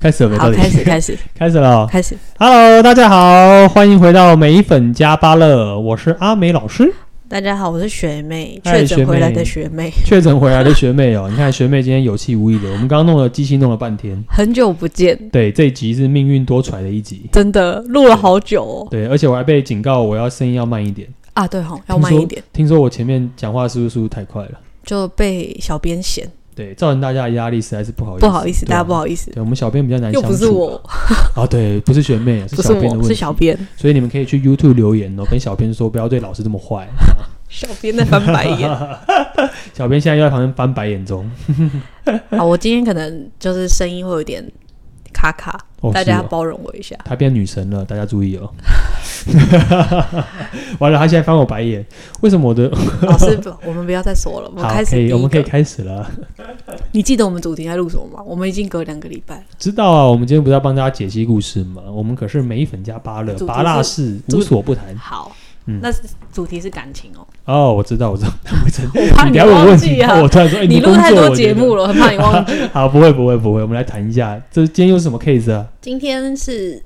开始了没？到好，底开始， 开始，开始了哦。开始。 Hello，大家好，欢迎回到美粉加芭乐，我是阿美老师。大家好，我是学妹，嗨确诊回来学妹的学妹，确诊回来的学妹哦， 你看学妹今天有气无力的，我们刚刚弄了机器弄了半天。很久不见，对，这一集是命运多舛的一集。真的录了好久哦。对，而且我还被警告我要声音要慢一点。啊，对吼，要慢一点，听说我前面讲话速度速度太快了，就被小编嫌，对，造成大家的压力实在是不好意思。不好意思，大家不好意思意，对，我们小编比较难又相处。不是我，啊，对，不是学妹，是不是小编的问我，题。是小编，所以你们可以去 YouTube 留言哦，跟小编说不要对老师这么坏。小编在翻白 眼。小编现在又在旁边翻白眼中。好，啊我今天可能就是声音会有点卡卡，哦，大是家哦包容我一下。她变女神了，大家注意 哦。完了，她现在翻我白眼，为什么我的？老师，不哦 我们不要再说了，我们好开，始可第以，我一们可以个。开始了。你记得我们主题在录什么吗？我们已经隔两个礼拜了，知道啊，我们今天不是要帮大家解析故事吗？我们可是美粉加芭乐主，题芭乐是主无所不谈。好嗯，那是主题是感情哦。哦，我知道，我知道，我真的。我怕你你等下问我忘问记题，啊我，突然说，哎你录工太作多我觉节得目了，很怕你忘记。好，不会，不会，不会，我们来谈一下，这今天又是什么 case 啊？今天是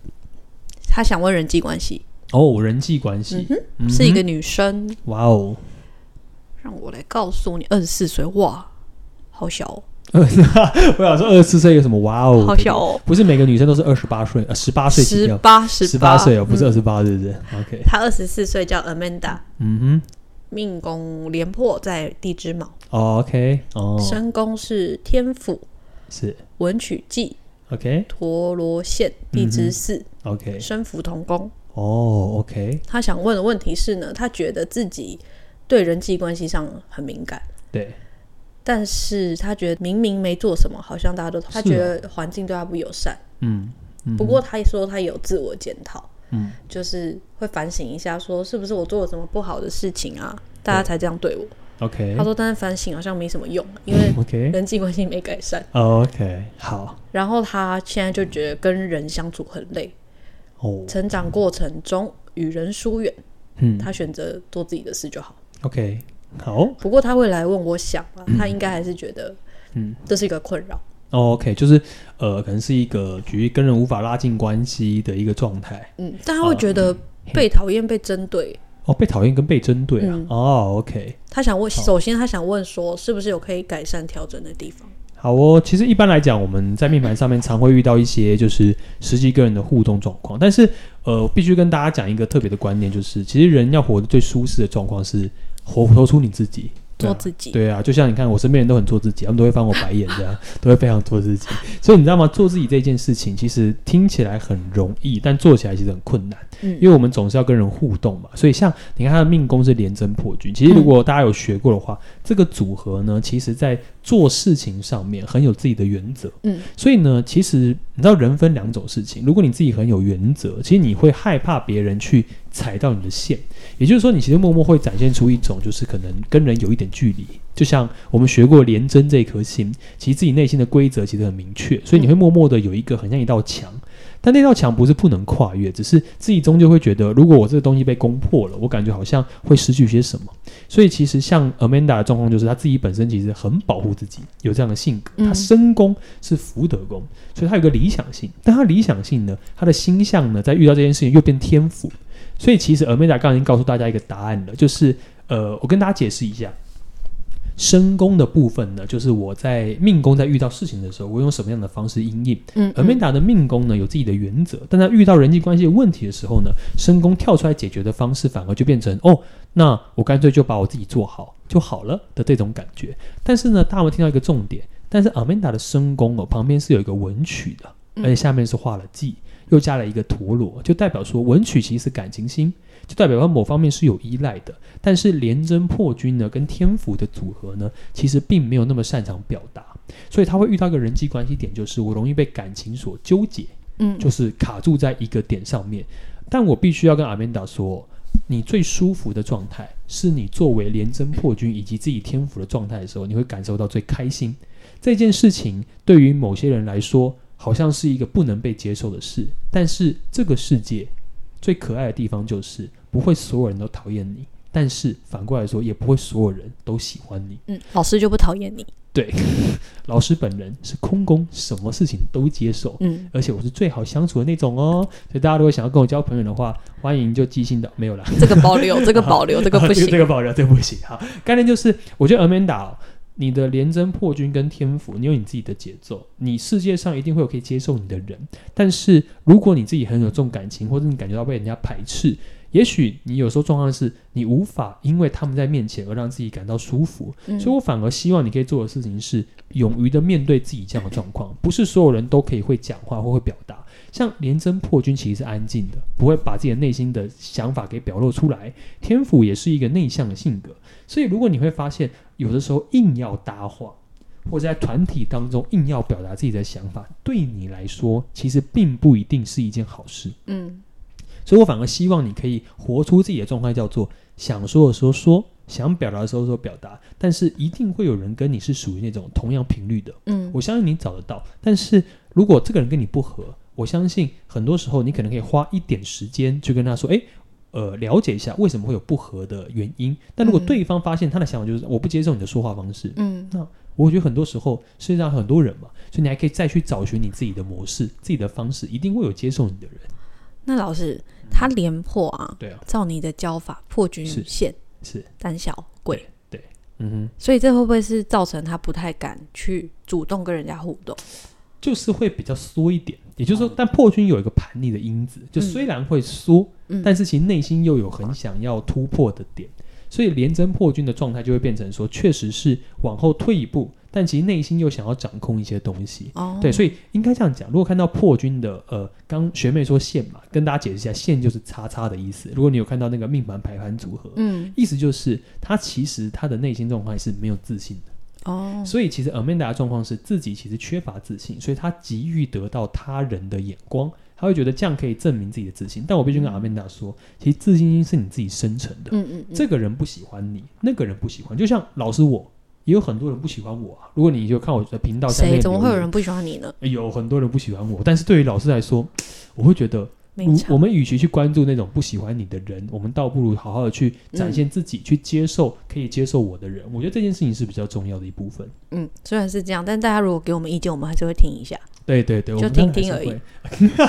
他想问人际关系，哦，人际关系、嗯哼是一个女生，哇哦， 让我来告诉你，二十四岁，哇，好小哦，我想说二十四岁有什么哇哦？好小哦，不是每个女生都是二十八岁，呃，十八岁起十跳，八，十十八岁哦，不是嗯二十八，是不是？OK，他二十四岁，叫 Amanda，嗯命宫廉颇在地支卯，哼哦，OK，哦，身宫是天府，是文曲忌， OK，OK，、陀罗县，地支嗯巳，身福同宫。哦，OK，他想问的问题是呢，他觉得自己对人际关系上很敏感。对，但是他觉得明明没做什么，好像大家都他觉得环境对他不友善。嗯，嗯不过他也说他有自我检讨，嗯，就是会反省一下，说是不是我做了什么不好的事情啊，大家才这样对我。 ，OK，他说，但是反省好像没什么用，因为 OK 人际关系没改善。哦，OK，好，然后他现在就觉得跟人相处很累，哦，成长过程中与人疏远，嗯他选择做自己的事就好。 ，OK，好、不过他会来问我想啊，他应该还是觉得，嗯，这是一个困扰。哦、，OK，就是呃，可能是一个局跟人无法拉近关系的一个状态。嗯，但他会觉得被讨厌、被针对。哦，被讨厌跟被针对啊。嗯哦，OK，他想问，好首先他想问说，是不是有可以改善调整的地方？好哦。其实一般来讲，我们在面盘上面常会遇到一些就是实际个人的互动状况，但是呃，必须跟大家讲一个特别的观念，就是其实人要活得最舒适的状况是活活出你自己。对做啊自己，对啊，就像你看，我身边人都很做自己，他们都会翻我白眼，这 样都会非常做自己。所以你知道吗？做自己这件事情，其实听起来很容易，但做起来其实很困难，嗯因为我们总是要跟人互动嘛。所以像你看，他的命宫是廉贞破嗯军，其实如果大家有学过的话，这个组合呢，其实在做事情上面很有自己的原则。嗯，所以呢，其实你知道人分两种事情，如果你自己很有原则，其实你会害怕别人去踩到你的线，也就是说，你其实默默会展现出一种就是可能跟人有一点距离。就像我们学过廉贞这一颗心，其实自己内心的规则其实很明确，所以你会默默的有一个很像一道墙。但那道墙不是不能跨越，只是自己终究会觉得，如果我这个东西被攻破了，我感觉好像会失去些什么。所以其实像 Amanda 的状况就是，她自己本身其实很保护自己，有这样的性格。嗯她身宫是福德宫，所以她有个理想性。但她理想性呢，她的星象呢，在遇到这件事情又变天赋。所以其实 Amanda 刚刚已经告诉大家一个答案了，就是呃，我跟大家解释一下。身宫的部分呢，就是我在命宫在遇到事情的时候，我用什么样的方式应应。嗯而 Manda 的命宫呢有自己的原则，但在遇到人际关系的问题的时候呢，身宫跳出来解决的方式反而就变成哦，那我干脆就把我自己做好就好了的这种感觉。但是呢，大家有没有听到一个重点，但是 Amanda 的身宫哦旁边是有一个文曲的，嗯而且下面是画了记，又加了一个陀螺，就代表说文曲其实是感情心，就代表它某方面是有依赖的。但是廉贞破军呢跟天府的组合呢，其实并没有那么擅长表达。所以他会遇到一个人际关系点，就是我容易被感情所纠结，嗯就是卡住在一个点上面。但我必须要跟阿曼达说，你最舒服的状态是你作为廉贞破军以及自己天府的状态的时候，你会感受到最开心。这件事情对于某些人来说，好像是一个不能被接受的事，但是这个世界最可爱的地方就是，不会所有人都讨厌你，但是反过来说，也不会所有人都喜欢你。嗯，老师就不讨厌你，对， 老师本人是空工，什么事情都接受， 嗯，而且我是最好相处的那种哦。所以大家如果想要跟我交朋友的话，欢迎就寄信到没有啦，这个保留，这个保留，这个不这个 这行。个保留，这个不行。好，概念就是，我觉得 Amanda，、哦、你的廉贞破军跟天府，你有你自己的节奏，你世界上一定会有可以接受你的人。但是如果你自己很有重感情，或者你感觉到被人家排斥，也许你有时候状况是你无法因为他们在面前而让自己感到舒服，嗯所以我反而希望你可以做的事情是勇于的面对自己这样的状况，不是所有人都可以会讲话或会表达。像廉贞破军其实是安静的，不会把自己的内心的想法给表露出来。天府也是一个内向的性格，所以如果你会发现，有的时候硬要搭话，或者在团体当中硬要表达自己的想法，对你来说其实并不一定是一件好事。嗯所以我反而希望你可以活出自己的状态，叫做想说的时候说，想表达的时候说表达，但是一定会有人跟你是属于那种同样频率的，嗯我相信你找得到。但是如果这个人跟你不合，我相信很多时候你可能可以花一点时间去跟他说，诶，呃，了解一下为什么会有不合的原因。但如果嗯对方发现他的想法就是我不接受你的说话方式，嗯我觉得很多时候世界上很多人嘛，所以你还可以再去找寻你自己的模式、自己的方式，一定会有接受你的人。那老师，他连破啊，对啊，照你的教法破军是线是，胆小鬼，嗯哼。所以这会不会是造成他不太敢去主动跟人家互动？就是会比较缩一点。也就是说，但破军有一个叛逆的因子，就哦嗯虽然会缩，嗯但是其实内心又有很想要突破的点，所以连贞破军的状态就会变成说，确实是往后退一步，但其实内心又想要掌控一些东西。哦，对，所以应该这样讲。如果看到破军的，呃，刚学妹说线嘛，跟大家解释一下，线就是叉叉的意思。如果你有看到那个命盘排盘组合，嗯意思就是他其实他的内心状况是没有自信的。哦，所以其实 Amanda 的状况是自己其实缺乏自信，所以她急于得到他人的眼光，她会觉得这样可以证明自己的自信。但我必须跟 Amanda 说，其实自信心是你自己生成的。嗯嗯嗯，这个人不喜欢你，那个人不喜欢，就像老师我也有很多人不喜欢我啊。如果你就看我的频道下面留谁言，怎么会有人不喜欢你呢？有很多人不喜欢我？但是对于老师来说，我会觉得明我察我们与其去关注那种不喜欢你的人，我们倒不如好好的去展嗯现自己，去接受可以接受我的人。我觉得这件事情是比较重要的一部分。嗯，虽然是这样，但大家如果给我们意见，我们还是会听一下。对对对，我就们当然听听还是而已会。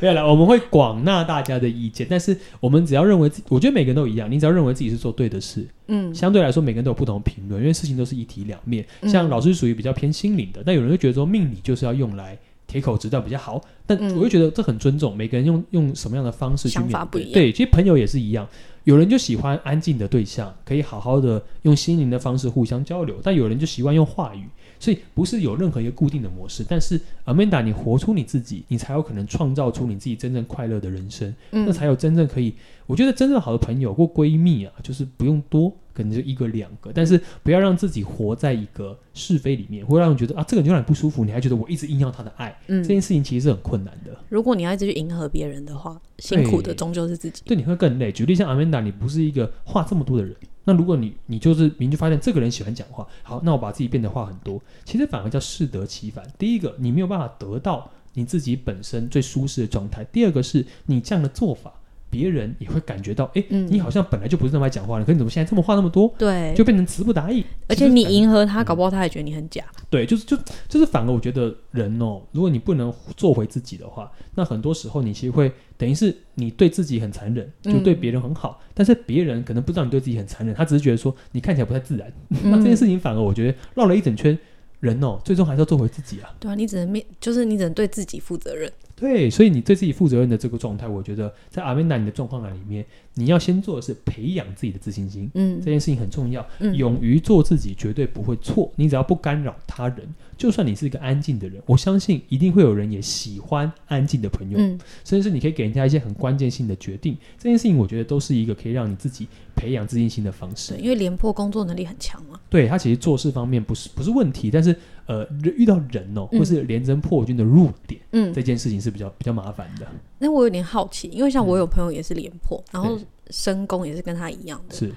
没有啦，我们会广纳大家的意见，但是我们只要认为自己，我觉得每个人都一样，你只要认为自己是做对的事，嗯相对来说每个人都有不同的评论，因为事情都是一体两面。嗯像老师属于比较偏心灵的，但有人会觉得说命理就是要用来铁口直断比较好，但嗯我就觉得这很尊重每个人用用什么样的方式去想面法不对。一样对，其实朋友也是一样，有人就喜欢安静的对象，可以好好的用心灵的方式互相交流，但有人就喜欢用话语，所以不是有任何一个固定的模式。但是 Amanda，你活出你自己，你才有可能创造出你自己真正快乐的人生。那嗯才有真正可以。我觉得真正好的朋友或闺蜜啊，就是不用多，可能就一个两个，但是不要让自己活在一个是非里面，会让你觉得啊，这个人就让你不舒服，你还觉得我一直硬要他的爱，嗯这，件事情其实是很困难的。如果你要一直去迎合别人的话，辛苦的对终究是自己。对，你会更累。举例像阿曼达，你不是一个话这么多的人，那如果你你就是明就发现这个人喜欢讲话，好，那我把自己变得话很多，其实反而叫适得其反。第一个，你没有办法得到你自己本身最舒适的状态；第二个是你这样的做法，别人也会感觉到，哎、嗯你好像本来就不是那么爱讲话的，可你怎么现在这么话那么多，对，就变成词不达意。而其且实你反迎合他，搞不好他也觉得你很假。对，就是就就是反而我觉得人哦，如果你不能做回自己的话，那很多时候你其实会等于是你对自己很残忍，就嗯对别人很好，但是别人可能不知道你对自己很残忍，他只是觉得说你看起来不太自然。 那这件事情反而我觉得绕了一整圈，人哦，最终还是要做回自己啊。对啊，你只能面，就是你只能对自己负责任。对，所以你对自己负责任的这个状态，我觉得在阿美娜你的状况里面，你要先做的是培养自己的自信心。嗯这件事情很重要，嗯勇于做自己绝对不会错。你只要不干扰他人，就算你是一个安静的人，我相信一定会有人也喜欢安静的朋友，嗯甚至是你可以给人家一些很关键性的决定。这件事情我觉得都是一个可以让你自己培养自信心的方式对，。因为廉颇工作能力很强啊嘛。对他其实做事方面不是不是问题，但是呃人遇到人哦，嗯或是连贞破军的弱点，嗯，这件事情是比较比较麻烦的。那我有点好奇，因为像我嗯有朋友也是廉颇，然后对申公也是跟他一样的，是，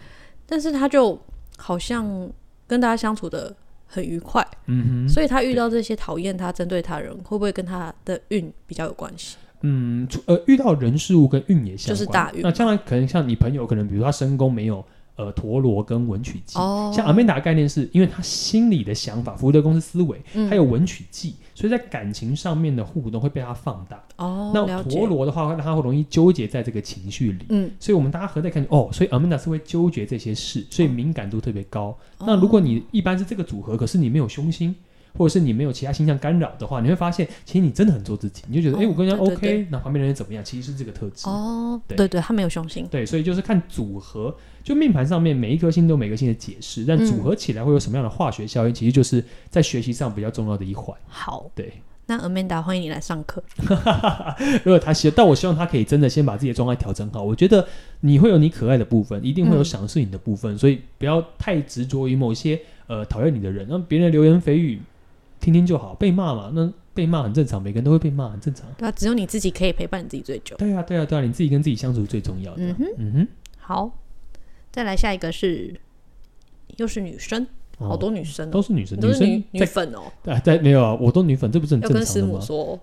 但是他就好像跟大家相处的很愉快，嗯哼，所以他遇到这些讨厌他、针对他的人，会不会跟他的运比较有关系？嗯，出呃遇到人事物跟运也相关，就是大运那将来可能像你朋友，可能比如他身宫没有呃陀螺跟文曲技。哦，像阿曼达的概念是因为他心里的想法，福德公司思维，嗯还有文曲技，所以在感情上面的互动会被他放大。哦，那了陀解，螺的话，会让他会容易纠结在这个情绪里。嗯，所以我们大家合在看，哦，所以阿曼达是会纠结这些事，所以敏感度特别高。那如果哦你一般是这个组合，可是你没有凶星，或者是你没有其他星象干扰的话，你会发现其实你真的很做自己，你就觉得，哦哎、我跟人家对对 OK，那旁边的人怎么样？其实是这个特质。哦，对对对，他没有雄心，对，所以就是看组合，就命盘上面每一颗星都有每个星的解释，但嗯组合起来会有什么样的化学效应，其实就是在学习上比较重要的一环。好，对，那 Amanda 欢迎你来上课，如果他希，但我希望他可以真的先把自己的状态调整好。我觉得你会有你可爱的部分，一定会有嗯赏识你的部分，所以不要太执着于某些呃讨厌你的人，让别人流言蜚语听听就好，被骂嘛，那被骂很正常，每个人都会被骂，很正常。对啊，只有你自己可以陪伴你自己最久。对啊，对啊，对啊，你自己跟自己相处是最重要的。嗯嗯哼，哼，好，再来下一个是，又是女生，哦好多女生哦，都是女生，你都是生女女在粉哦，啊，在没有啊，我都女粉，这不是很要正跟师常的母吗？ 说哦，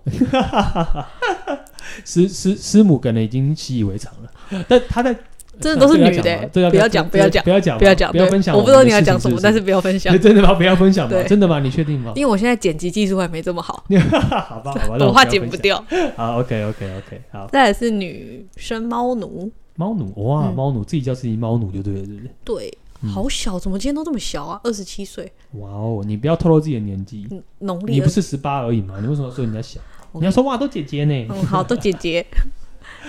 师师师母可能已经习以为常了，但她在真的都是这要女的讲欸吗对啊，不要这讲不要讲不要讲嘛，不要讲，不要对分享我们不的知道你要事情讲是什么不，但是不要分享哎，， 真的吗？不要分享吗？对真的吗？你确 定吗？因为我现在剪辑技术还没这么好，好吧，好吧，那我我怕要剪分不享。掉。好，OK，OK，OK，好。再来是女生猫奴，猫奴哇，嗯猫奴自己叫自己猫奴就对了，对不对？对，嗯好小，怎么今天都这么小啊？二十七岁，哇哦，你不要透露自己的年纪，嗯农历你二不是十八而已嘛？你为什么要说人家小？我你要说哇，都姐姐呢？嗯，好，都姐 姐。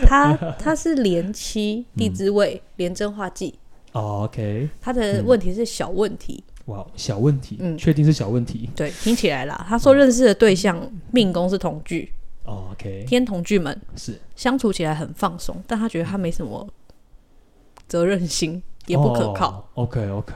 她她是连七嗯地支位，廉贞化忌。哦 OK，她的问题是小问题，哇，小问题，嗯确定是小问题。对，听起来啦。她说认识的对象命宫是同居，哦 OK，天同居们是相处起来很放松，但她觉得她没什么责任心，也不可靠。。哦 OK，OK。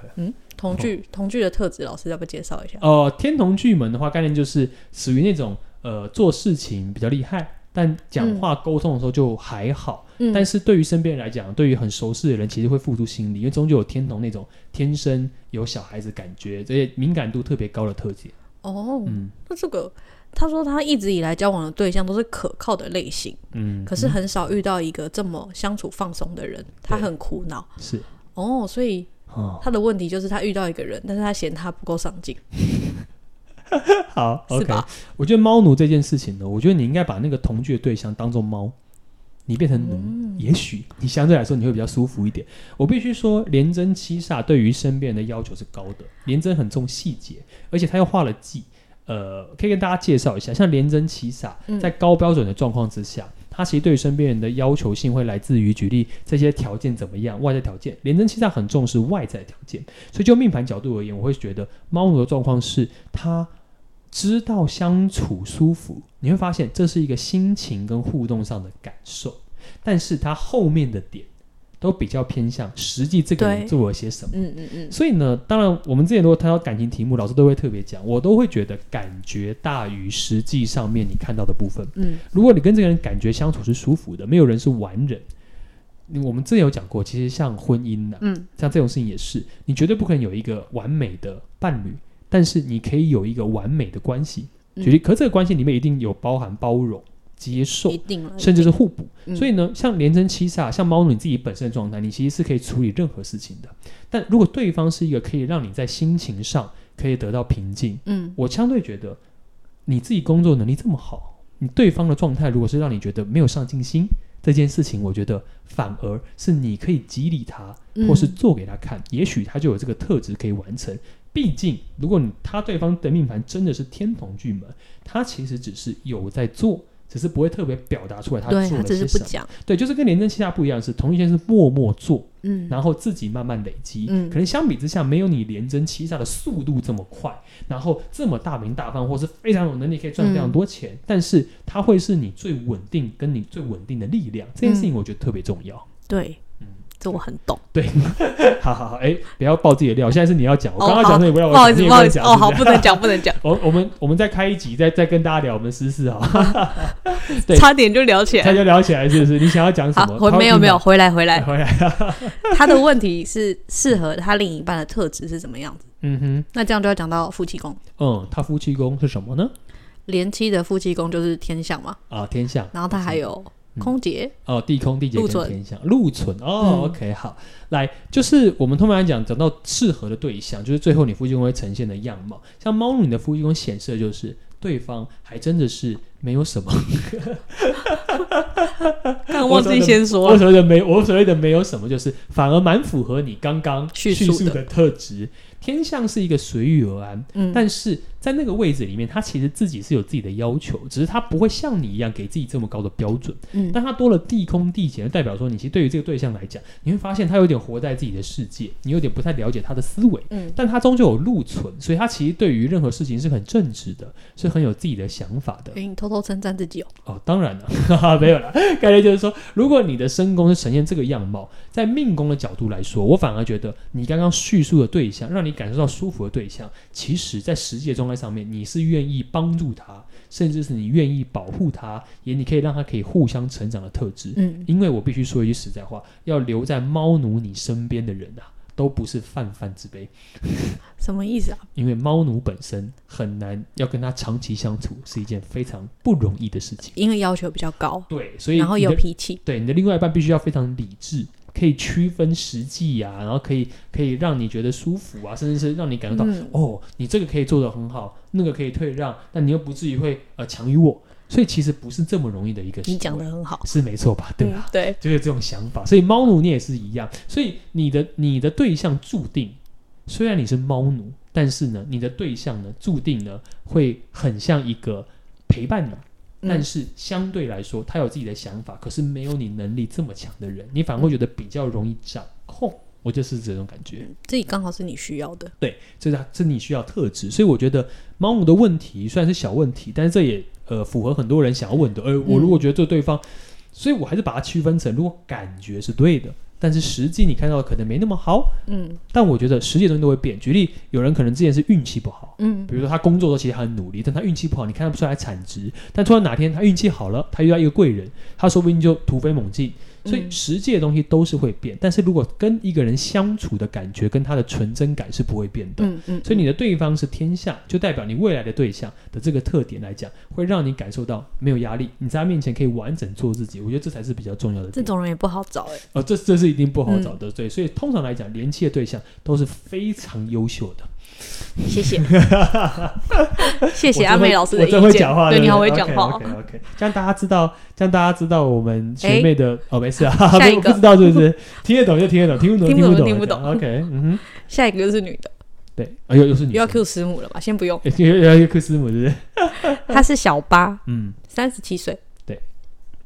同居同居的特质，老师要不要介绍一下？哦，天同巨门的话，概念就是属于那种呃做事情比较厉害，但讲话沟通的时候就还好。嗯，但是对于身边人来讲，对于很熟识的人，其实会付出心力，因为终究有天童那种天生有小孩子感觉，这些敏感度特别高的特质。哦，嗯那这个他说他一直以来交往的对象都是可靠的类型，嗯，可是嗯很少遇到一个这么相处放松的人，他很苦恼。是哦，所以哦，他的问题就是他遇到一个人，但是他嫌他不够上进，好是，OK 吧。我觉得猫奴这件事情呢，我觉得你应该把那个同居的对象当做猫，你变成奴，也许你相对来说你会比较舒服一点。我必须说，廉贞七煞对于身边人的要求是高的，廉贞很重细节，而且他又画了忌。呃，可以跟大家介绍一下，像廉贞七煞嗯，在高标准的状况之下，它其实对于身边人的要求性会来自于举例这些条件怎么样，外在条件。廉贞七煞很重视外在条件，所以就命盘角度而言，我会觉得猫奴的状况是他知道相处舒服，你会发现这是一个心情跟互动上的感受，但是他后面的点都比较偏向实际这个人对做了些什么。嗯嗯嗯，所以呢，当然，我们之前如果谈到感情题目，老师都会特别讲，我都会觉得感觉大于实际上面你看到的部分。嗯，如果你跟这个人感觉相处是舒服的，没有人是完人。我们之前有讲过，其实像婚姻呐、嗯，像这种事情也是，你绝对不可能有一个完美的伴侣，但是你可以有一个完美的关系。嗯举例，可这个关系里面一定有包含包容、接受一，定了，甚至是互补。嗯所以呢，像连贞七煞，像猫奴你自己本身的状态，你其实是可以处理任何事情的。但如果对方是一个可以让你在心情上可以得到平静，嗯我相对觉得你自己工作能力这么好，你对方的状态如果是让你觉得没有上进心这件事情，我觉得反而是你可以激励他，嗯或是做给他看，也许他就有这个特质可以完成。毕竟，如果你他对方的命盘真的是天同巨门，他其实只是有在做，只是不会特别表达出来他对做他了只些是什不么。讲，对，就是跟廉政七下不一样，是同一件事默默做，嗯然后自己慢慢累积。嗯可能相比之下，没有你廉政七下的速度这么快，然后这么大名大放，或是非常有能力可以赚非常多钱，嗯但是它会是你最稳定跟你最稳定的力量。这件事情我觉得特别重要。对嗯，这我很懂。 好好好，哎，不要爆自己的料，现在是你要讲，我哦刚刚讲的也不让不我好意讲，思，你也不好意思，讲，哦，是不好，是不能讲，不能讲， 我我们我们再开一集，再再跟大家聊我们私事哈， 对差点就聊起他来。就聊起来是不是？你想要讲什好，么？回他会没有听啊没有，吗，回来回来，回来，他的问题是适合他另一半的特质是怎么样子？ 嗯哼，那这样就要讲到夫妻宫，嗯，他夫妻宫是什么呢？连妻的夫妻宫就是天象嘛，啊，天象然后他还有空姐，哦，地空、地结陆跟存天象、陆存哦、嗯 o k 好，来，就是我们通常来讲，讲到适合的对象，就是最后你夫妻宫会呈现的样貌。像猫奴，你的夫妻宫显示的就是对方还真的是没有什么，但忘记先说嗯我了，所谓的没，我所谓的没有什么，就是反而蛮符合你刚刚叙叙述述的的特质。天象是一个随遇而安，嗯，但是在那个位置里面，他其实自己是有自己的要求，只是他不会像你一样给自己这么高的标准。嗯但他多了地空地劫，代表说你其实对于这个对象来讲，你会发现他有点活在自己的世界，你有点不太了解他的思维。嗯但他终究有路存，所以他其实对于任何事情是很正直的，是很有自己的想法的。给你偷偷称赞自己哦，哦，当然了， 哈哈，没有了。概念就是说，如果你的身宫是呈现这个样貌，在命宫的角度来说，我反而觉得你刚刚叙述的对象，让你感受到舒服的对象，其实在实际的状态上面，你是愿意帮助他，甚至是你愿意保护他，也你可以让他可以互相成长的特质。嗯，因为我必须说一句实在话，要留在猫奴你身边的人啊，都不是泛泛之辈，什么意思啊？因为猫奴本身很难要跟他长期相处，是一件非常不容易的事情。因为要求比较高，对，所以然后你有的脾气，对你的另外一半必须要非常理智，可以区分实际啊，然后可以可以让你觉得舒服啊，甚至是让你感觉到、嗯哦，你这个可以做得很好，那个可以退让，但你又不至于会呃强于我，所以其实不是这么容易的一个行为。你讲的很好，是没错吧？对吧？嗯对，就有这种想法，所以猫奴你也是一样，所以你的你的对象注定，虽然你是猫奴，但是呢，你的对象呢注定呢会很像一个陪伴你，但嗯是相对来说，他有自己的想法，可是没有你能力这么强的人，你反而会觉得比较容易掌控。我就是这种感觉，这刚好是你需要的，对，这是这是你需要特质，所以我觉得猫奴的问题虽然是小问题，但是这也呃符合很多人想要问的。呃，我如果觉得对对方，所以我还是把它区分成，如果感觉是对的，但是实际你看到的可能没那么好，嗯但我觉得实际的东西都会变。举例，有人可能之前是运气不好，嗯比如说他工作都其实很努力，但他运气不好，你看不出来产值。但突然哪天他运气好了，他遇到一个贵人，他说不定就突飞猛进。所以嗯实际的东西都是会变，但是如果跟一个人相处的感觉跟他的纯真感是不会变的。嗯嗯，所以你的对方是天象，就代表你未来的对象的这个特点来讲，会让你感受到没有压力，你在他面前可以完整做自己。我觉得这才是比较重要的这点。种人也不好找哎，呃，这这是一定不好找的，对。所以通常来讲，连期的对象都是非常优秀的。谢谢， 谢我谢真阿会美老师的我意真会见讲话，，对不你好会讲话哦 OK，, o k 这样大家知道，这样大家知道我们学妹的、哦，没 事啊，下一不个不知道是不是？听得懂就听得懂，听不懂听就不懂懂，就听不懂 OK，嗯哼，下一个就是女的，对，啊，又又是又女要生， Q 师母了吧？先不用，哎又又又又克斯姆，是不是？她是小八，嗯，三十七岁，对，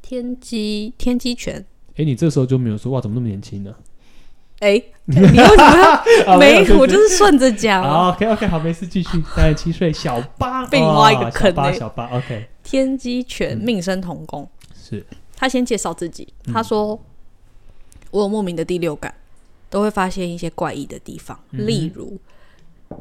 天机天机拳，哎，你这时候就没有说哇，怎么那么年轻呢？哎，你为什 么啊要 没？我就就是是顺着讲啊。啊，OK OK，好，没事，继续。三十七岁，小八，被你哦挖一个坑小八，欸小八，OK，天机犬嗯命生同宫，是，他先介绍自己，嗯他说：“我有莫名的第六感，都会发现一些怪异的地方，嗯哼例如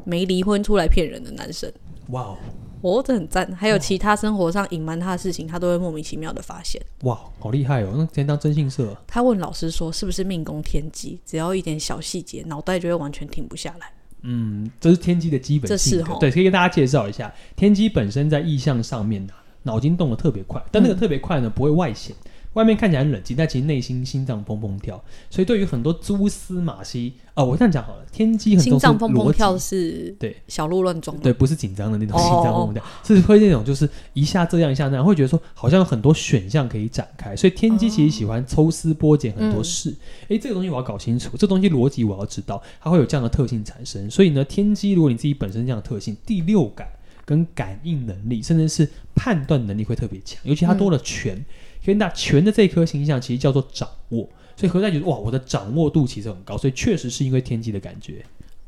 没离婚出来骗人的男生，哇哦，哦，这很赞。还有其他生活上隐瞒他的事情，他都会莫名其妙的发现。哇哦，好厉害哦，那真当真性社，他问老师说：‘是不是命宫天机？’只要一点小细节，脑袋就会完全停不下来。嗯，这是天机的基本这性是哦格吼对，可以跟大家介绍一下，天机本身在意象上面呢、脑筋动得特别快，嗯但那个特别快呢，不会外显，外面看起来很冷静，但其实内心心脏砰砰跳，所以对于很多蛛丝马迹啊、我这样讲好了，天机很心重视脏砰逻砰辑跳是对小鹿乱撞吗，对，不是紧张的那种哦心脏砰砰跳，是会那种就是一下这样一下那样，会觉得说好像有很多选项可以展开，所以天机其实喜欢抽丝剥茧很多嗯事。诶，这个东西我要搞清楚，这东西逻辑我要知道，它会有这样的特性产生。所以呢，天机如果你自己本身这样的特性，第六感跟感应能力，甚至是判断能力会特别强，尤其嗯它多了权。跟大权的这一颗星象其实叫做掌握，所以何在觉得哇，我的掌握度其实很高，所以确实是因为天机的感觉，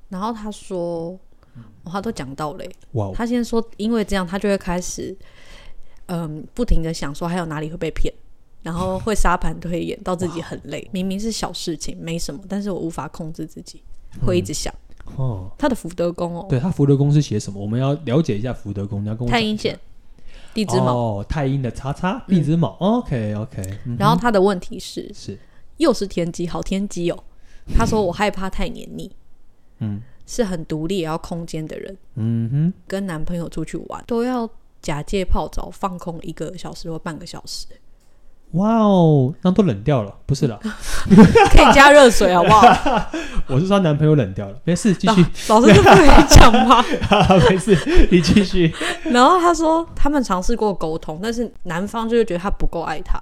然后他说，哦、他都讲到嘞、哇哦，他先说，因为这样，他就会开始，嗯，不停的想说还有哪里会被骗，然后会沙盘推演，到自己很累。明明是小事情，没什么，但是我无法控制自己，会一直想。哦。他的福德宫哦，嗯对他福德宫是写什么？我们要了解一下福德宫。你要跟我太讲一阴下线，地支卯。嗯哦，太阴的叉叉，地支卯。OK OK，然后他的问题是，是又是天机，好天机哦。他说我害怕太黏腻，嗯是很独立也要空间的人，嗯哼，跟 男朋友出去玩都要假借泡澡放空一个小时或半个小时。哇哦，那都冷掉了，不是啦， 可以加热水好不好？我是说她男朋友冷掉了，没事，继老 续，老师这不可以讲 吗？没事，你继续，然后他说他们尝试过沟通，但是男方就是觉得他不够爱他，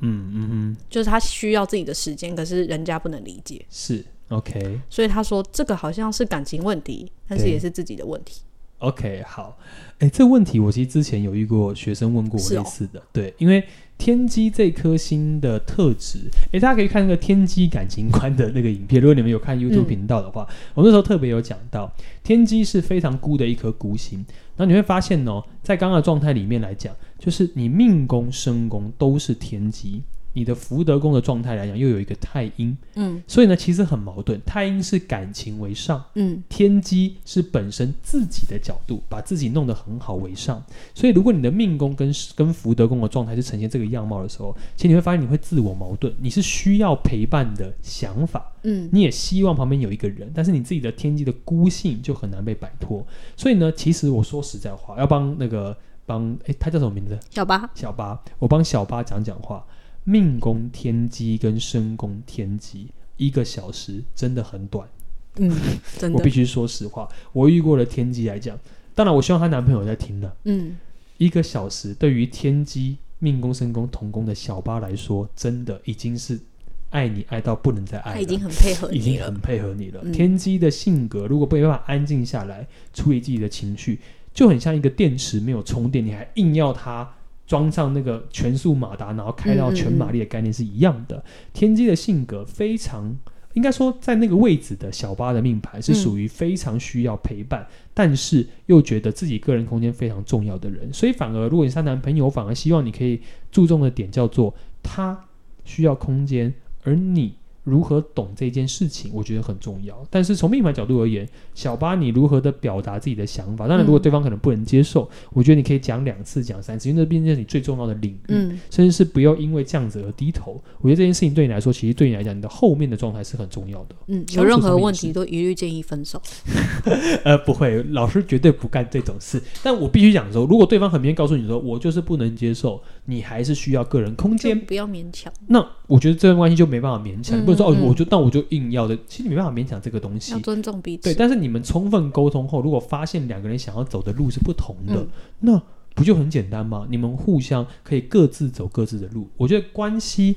嗯嗯嗯，就是他需要自己的时间，可是人家不能理解，是 OK 所以他说这个好像是感情问题，但是对也是自己的问题。 OK，好，哎，这个问题我其实之前有遇过学生问过我是哦类似的，对，因为天机这颗星的特质，哎，大家可以看那个天机感情观的那个影片，如果你们有看 YouTube 嗯频道的话，我那时候特别有讲到，天机是非常孤的一颗孤星，然后你会发现哦，在刚刚的状态里面来讲，就是你命宫、身宫都是天机，你的福德宫的状态来讲又有一个太阴，嗯所以呢，其实很矛盾，太阴是感情为上。嗯天机是本身自己的角度，把自己弄得很好为上。所以，如果你的命宫跟跟福德宫的状态是呈现这个样貌的时候，其实你会发现你会自我矛盾，你是需要陪伴的想法，嗯你也希望旁边有一个人，但是你自己的天机的孤性就很难被摆脱。所以呢，其实我说实在话，要帮那个帮诶，他叫什么名字？小八，小八，我帮小八讲讲话。命宫天机跟身宫天机，一个小时真的很短。嗯，真我的必，须说实话，我遇过的天机来讲，当然我希望她男朋友在听了。嗯，一个小时对于天机命宫、身宫、同宫的小八来说，真的已经是爱你爱到不能再爱他了，已经很配合已你经了很。配合你了。嗯天机的性格如果没办法安静下来，处理自己的情绪，就很像一个电池没有充电，你还硬要它装上那个全速马达，然后开到全马力的概念是一样嗯的。天机的性格非常。应该说，在那个位置的小八的命盘是属于非常需要陪伴，但是又觉得自己个人空间非常重要的人，所以反而如果你是她男朋友，我反而希望你可以注重的点叫做他需要空间，而你如何懂这件事情，我觉得很重要。但是从命盘角度而言，小八你如何的表达自己的想法，当然如果嗯对方可能不能接受，我觉得你可以讲两次、讲三次，因为那毕竟是你最重要的领域。嗯甚至是不要因为这样子而低头，我觉得这件事情对你来说，其实对你来讲，你的后面的状态是很重要的。嗯，相处有任上何面也问是题都一律建议分手。呃，不会，老师绝对不干这种事。但我必须讲说，如果对方很明确告诉你说，我就是不能接受，你还是需要个人空就间，不要勉强，那我觉得这段关系就没办法勉强，嗯不能说哦嗯，我就那我就硬要的，其实没办法勉强这个东西要。尊重彼此。对，但是你们充分沟通后，如果发现两个人想要走的路是不同的，嗯那不就很简单吗？你们互相可以各自走各自的路。我觉得关系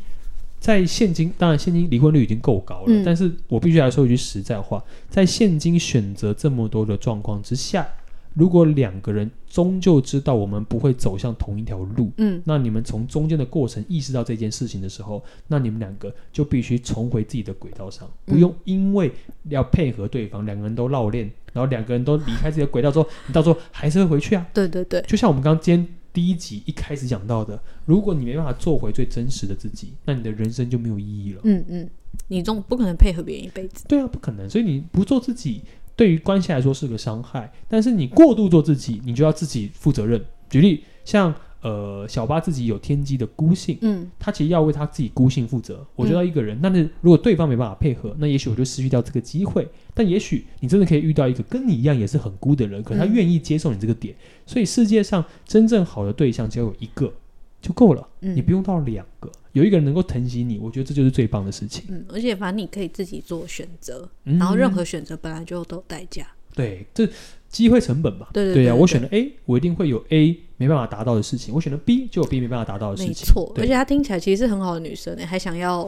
在现今，当然现今离婚率已经够高了，嗯但是我必须来说一句实在话，在现今选择这么多的状况之下，如果两个人终究知道我们不会走向同一条路。嗯那你们从中间的过程意识到这件事情的时候，那你们两个就必须重回自己的轨道上，嗯不用因为要配合对方，两个人都绕链，然后两个人都离开自己的轨道之后，你到时候还是会回去啊。对对对，就像我们刚刚今天第一集一开始讲到的，如果你没办法做回最真实的自己，那你的人生就没有意义了。嗯嗯，你总不可能配合别人一辈子。对啊，不可能。所以你不做自己，对于关系来说是个伤害。但是你过度做自己，你就要自己负责任。举例，像呃小八自己有天机的孤性。嗯他其实要为他自己孤性负责。我觉得一个人，但是如果对方没办法配合，那也许我就失去掉这个机会。但也许你真的可以遇到一个跟你一样也是很孤的人，可是他嗯愿意接受你这个点。所以世界上真正好的对象只要有一个就够了，嗯，你不用到两个，有一个人能够疼惜你，我觉得这就是最棒的事情。嗯，而且反正你可以自己做选择，嗯然后任何选择本来就都有代价。对这机会成本嘛，对对对呀、啊对我对选了 A，我一定会有 A 没办法达到的事情；我选了 B，就有 B 没办法达到的事没情。错，哦对而且她听起来其实是很好的女生欸呢，还想要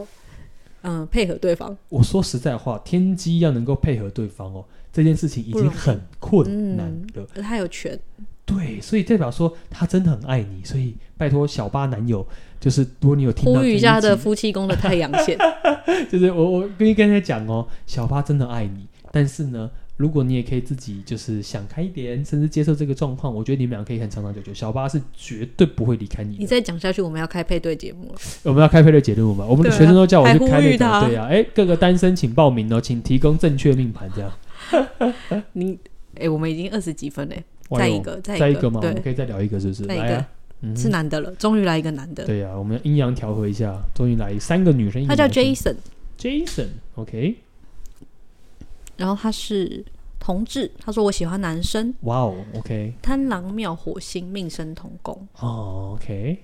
嗯、呃配合对方。我说实在话，天机要能够配合对方哦，这件事情已不经容易嗯很困难了。而她有权，对，所以代表说他真的很爱你，所以拜托小八男友，就是如果你有听到呼吁一下她这的一集，夫妻宫的太阳线。 就是我我跟你跟他讲哦，小八真的爱你，但是呢，如果你也可以自己就是想开一点，甚至接受这个状况，我觉得你们俩可以很长长久久。小八是绝对不会离开你的你。再讲下去，我们要开配对节目了。我们要开配对节目嘛，我们的对啊学生都叫我去还开呼吁那种，他对啊，哎，各个单身请报名哦，请提供正确命盘这样。你哎、我们已经二十几分嘞，哇再哟一个，再再一一个嘛，我对们，可以再聊一个，是不是？再一来啊，嗯是男的了，终于来一个男的，对呀、我们要阴阳调和一下，终于来三个女生，一他个叫男生 Jason， Jason，OK，、然后他是同志，他说我喜欢男生，哇哦，OK，贪狼庙火星命生同宫，哦，OK，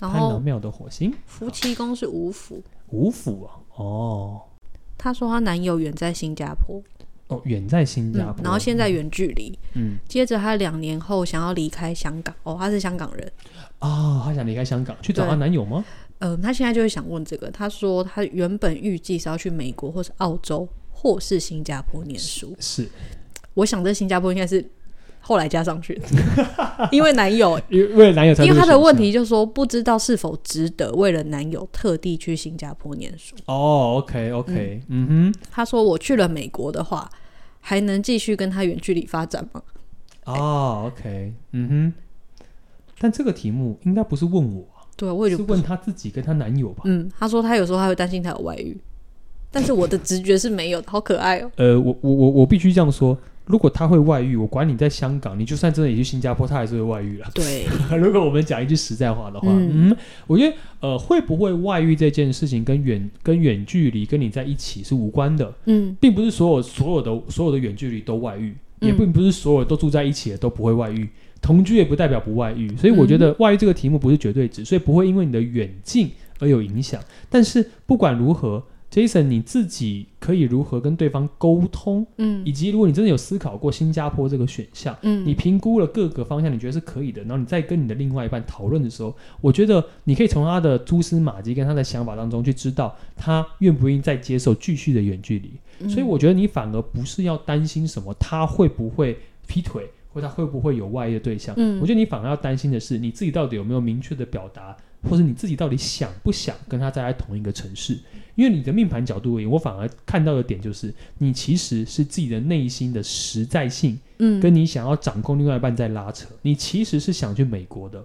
然贪狼后庙的火星夫妻宫是五福，五府啊，哦她说她男友远在新加坡，哦，远在新加嗯坡，，然后现在远距离，嗯接着她两年后想要离开香港，哦，她是香港人，啊，她想离开香港去找她对男友吗？嗯，她现在就是想问这个，她说她原本预计是要去美国或是澳洲或是新加坡念书，是，我想这新加坡应该是后来加上去的， 因为男友因为为了男友才因为这个他的选问项题就是说，不知道是否值得为了男友特地去新加坡念书。哦，OK OK，嗯他说：“我去了美国的话，还能继续跟他远距离发展吗哼，哦 OK，嗯哼，但这个题目应该不是问我啊，？”对，我也是就问她自己跟她男友吧？嗯，他说他有时候还会担心他有外遇，但是我的直觉是没有的，好可爱 哦。呃，我我我我必须这样说，如果他会外遇，我管你在香港，你就算真的也去新加坡，他还是会外遇啦。对， 如果我们讲一句实在话的话，嗯嗯我觉得呃，会不会外遇这件事情跟远跟远距离跟你在一起是无关的，嗯，并不是所有所有的所有的远距离都外遇，也嗯并不是所有都住在一起的都不会外遇。同居也不代表不外遇，所以我觉嗯得外遇这个题目不是绝对值，所以不会因为你的远近而有影响。但是不管如何，Jason 你自己可以如何跟对方沟通，嗯以及如果你真的有思考过新加坡这个选项，嗯，你评估了各个方向，你觉得是可以的，然后你再跟你的另外一半讨论的时候，我觉得你可以从他的蛛丝马迹跟他的想法当中去知道他愿不愿意再接受继续的远距离。嗯所以我觉得你反而不是要担心什么他会不会劈腿，或他会不会有外遇的对象。嗯我觉得你反而要担心的是你自己到底有没有明确的表达，或者你自己到底想不想跟他待在同一个城市。因为你的命盘角度而言，我反而看到的点就是，你其实是自己的内心的实在性嗯跟你想要掌控另外一半在拉扯。你其实是想去美国的，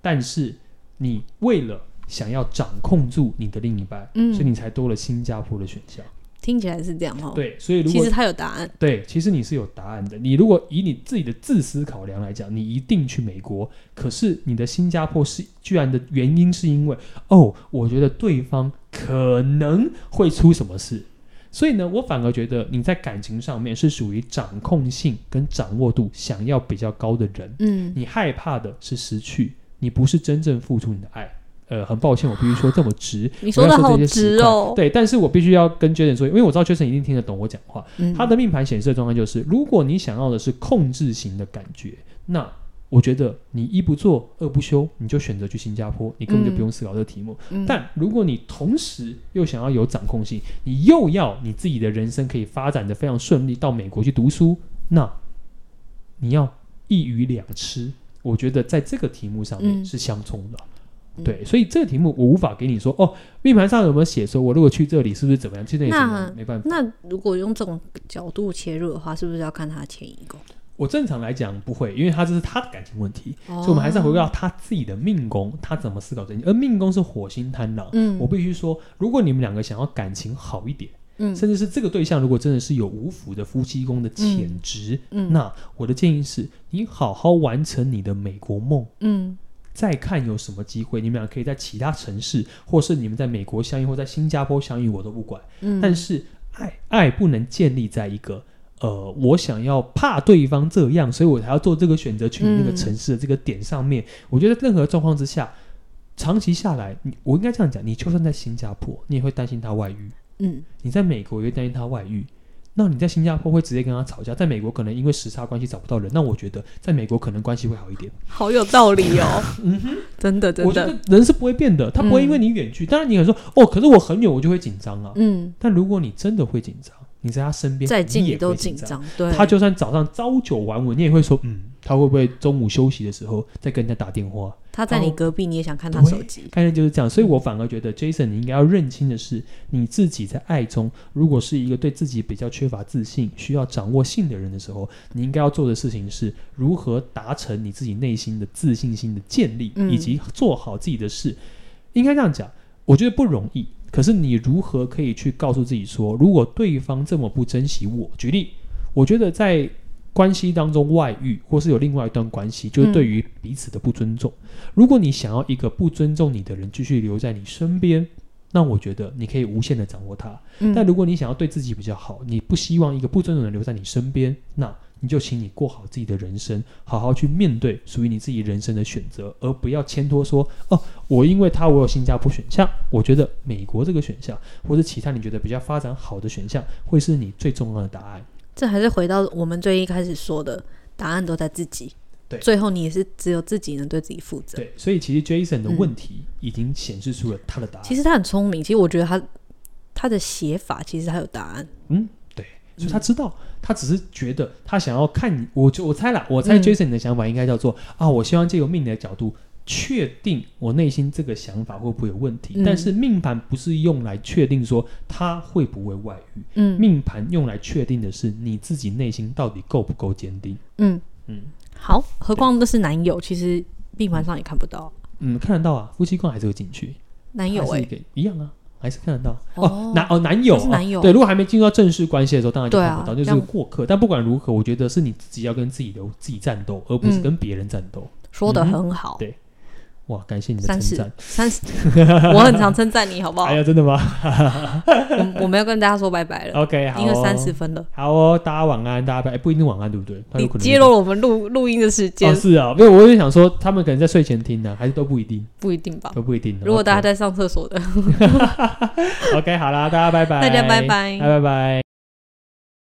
但是你为了想要掌控住你的另一半，嗯所以你才多了新加坡的选项。听起来是这样哦。，对，所以如其果实他有答案。对，其实你是有答案的。你如果以你自己的自私考量来讲，你一定去美国。可是你的新加坡是居然的原因是因为哦，我觉得对方可能会出什么事。所以呢，我反而觉得你在感情上面是属于掌控性跟掌握度想要比较高的人。嗯，你害怕的是失去，你不是真正付出你的爱。呃，很抱歉，我必须说这么直。你我说要的这好些实直况哦。对，但是我必须要跟 Jason 说，因为我知道 Jason 一定听得懂我讲话。嗯，他的命盘显示的状态就是，如果你想要的是控制型的感觉，那我觉得你一不做二不休，你就选择去新加坡，你根本就不用思考这个题目。嗯但如果你同时又想要有掌控性，你又要你自己的人生可以发展的非常顺利，到美国去读书，那你要一鱼两吃。我觉得在这个题目上面嗯是相冲的。嗯对，所以这个题目我无法给你说哦，命盘上有没有写说，我如果去这里是不是怎么样，去那里怎么样那，没办法。那如果用这种角度切入的话，是不是要看他前一宫？我正常来讲不会，因为他这是他的感情问题，哦所以我们还是要回归到他自己的命宫，他怎么思考这件事。而命宫是火星贪狼，嗯我必须说，如果你们两个想要感情好一点，嗯甚至是这个对象如果真的是有五福的夫妻宫的潜质，嗯那我的建议是你好好完成你的美国梦。嗯再看有什么机会，你们俩可以在其他城市，或是你们在美国相遇，或在新加坡相遇，我都不管。嗯，但是爱爱不能建立在一个呃，我想要怕对方这样，所以我才要做这个选择去那个嗯城市的这个点上面。我觉得任何状况之下，长期下来，你我应该这样讲，你就算在新加坡，你也会担心他外遇；嗯你在美国也会担心他外遇。那你在新加坡会直接跟他吵架，在美国可能因为时差关系找不到人，那我觉得在美国可能关系会好一点。好有道理哦， 嗯真的真我觉的，得人是不会变的，他不会因为你远距，当然你可能说哦，可是我很远我就会紧张啊，嗯，但如果你真的会紧张，你在他身边，再近你也你都会紧紧。张，对，他就算早上朝九晚五，你也会说，嗯，他会不会中午休息的时候再跟人家打电话？他在你隔壁，你也想看他手机，概念就是这样，所以我反而觉得 Jason，你应该要认清的是，你自己在爱中，如果是一个对自己比较缺乏自信、需要掌握性的人的时候，你应该要做的事情是如何达成你自己内心的自信心的建立，嗯以及做好自己的事。应该这样讲，我觉得不容易。可是你如何可以去告诉自己说，如果对方这么不珍惜我？举例，我觉得在关系当中外遇，或是有另外一段关系，就是对于彼此的不尊重。如果你想要一个不尊重你的人继续留在你身边，那我觉得你可以无限的掌握他。嗯但如果你想要对自己比较好，你不希望一个不尊重的人留在你身边，那你就请你过好自己的人生，好好去面对属于你自己人生的选择，而不要牵拖说哦，我因为他我有新加坡选项，我觉得美国这个选项或者其他你觉得比较发展好的选项会是你最重要的答案。这还是回到我们最一开始说的，答案都在自己。对最后你也是只有自己能对自己负责。对，所以其实 Jason 的问题已经显示出了他的答案。其实他很聪明，其实我觉得他他的写法其实他有答案。嗯，对，所以他知道，他只是觉得他想要看你，我就我猜啦，我猜嗯 Jason 你的想法应该叫做、啊，我希望借由命理的角度确定我内心这个想法会不会有问题，嗯但是命盘不是用来确定说他会不会外遇，嗯命盘用来确定的是你自己内心到底够不够坚定。嗯嗯好，何况那是男友，其实命盘上也看不到嗯，看得到啊，夫妻宫还是会进去，男友还哎、是给一样啊，还是看得到。哦哦，男哦男友就是男友哦对，如果还没进入到正式关系的时候，当然就对啊看不到，就这是样过客。但不管如何，我觉得是你自己要跟自己的自己战斗，而不是嗯跟别人战斗。说的很好嗯，哇，感谢你的三称十赞。三十，我很常称赞你，好不好？哎呀，真的吗 我我们要跟大家说拜拜了， ？OK，好、哦，因为三十。分了，好哦，大家晚安，大家拜。哎不一定晚安，对不对？他你有可能揭露了我们录录音的时间哦，，是啊，没有，我就想说，他们可能在睡前听呢、啊还是都不一定，不一定吧？都不一定。如果哦大家 OK 在上厕所的， OK，好啦，大家拜拜，大家拜拜拜拜拜。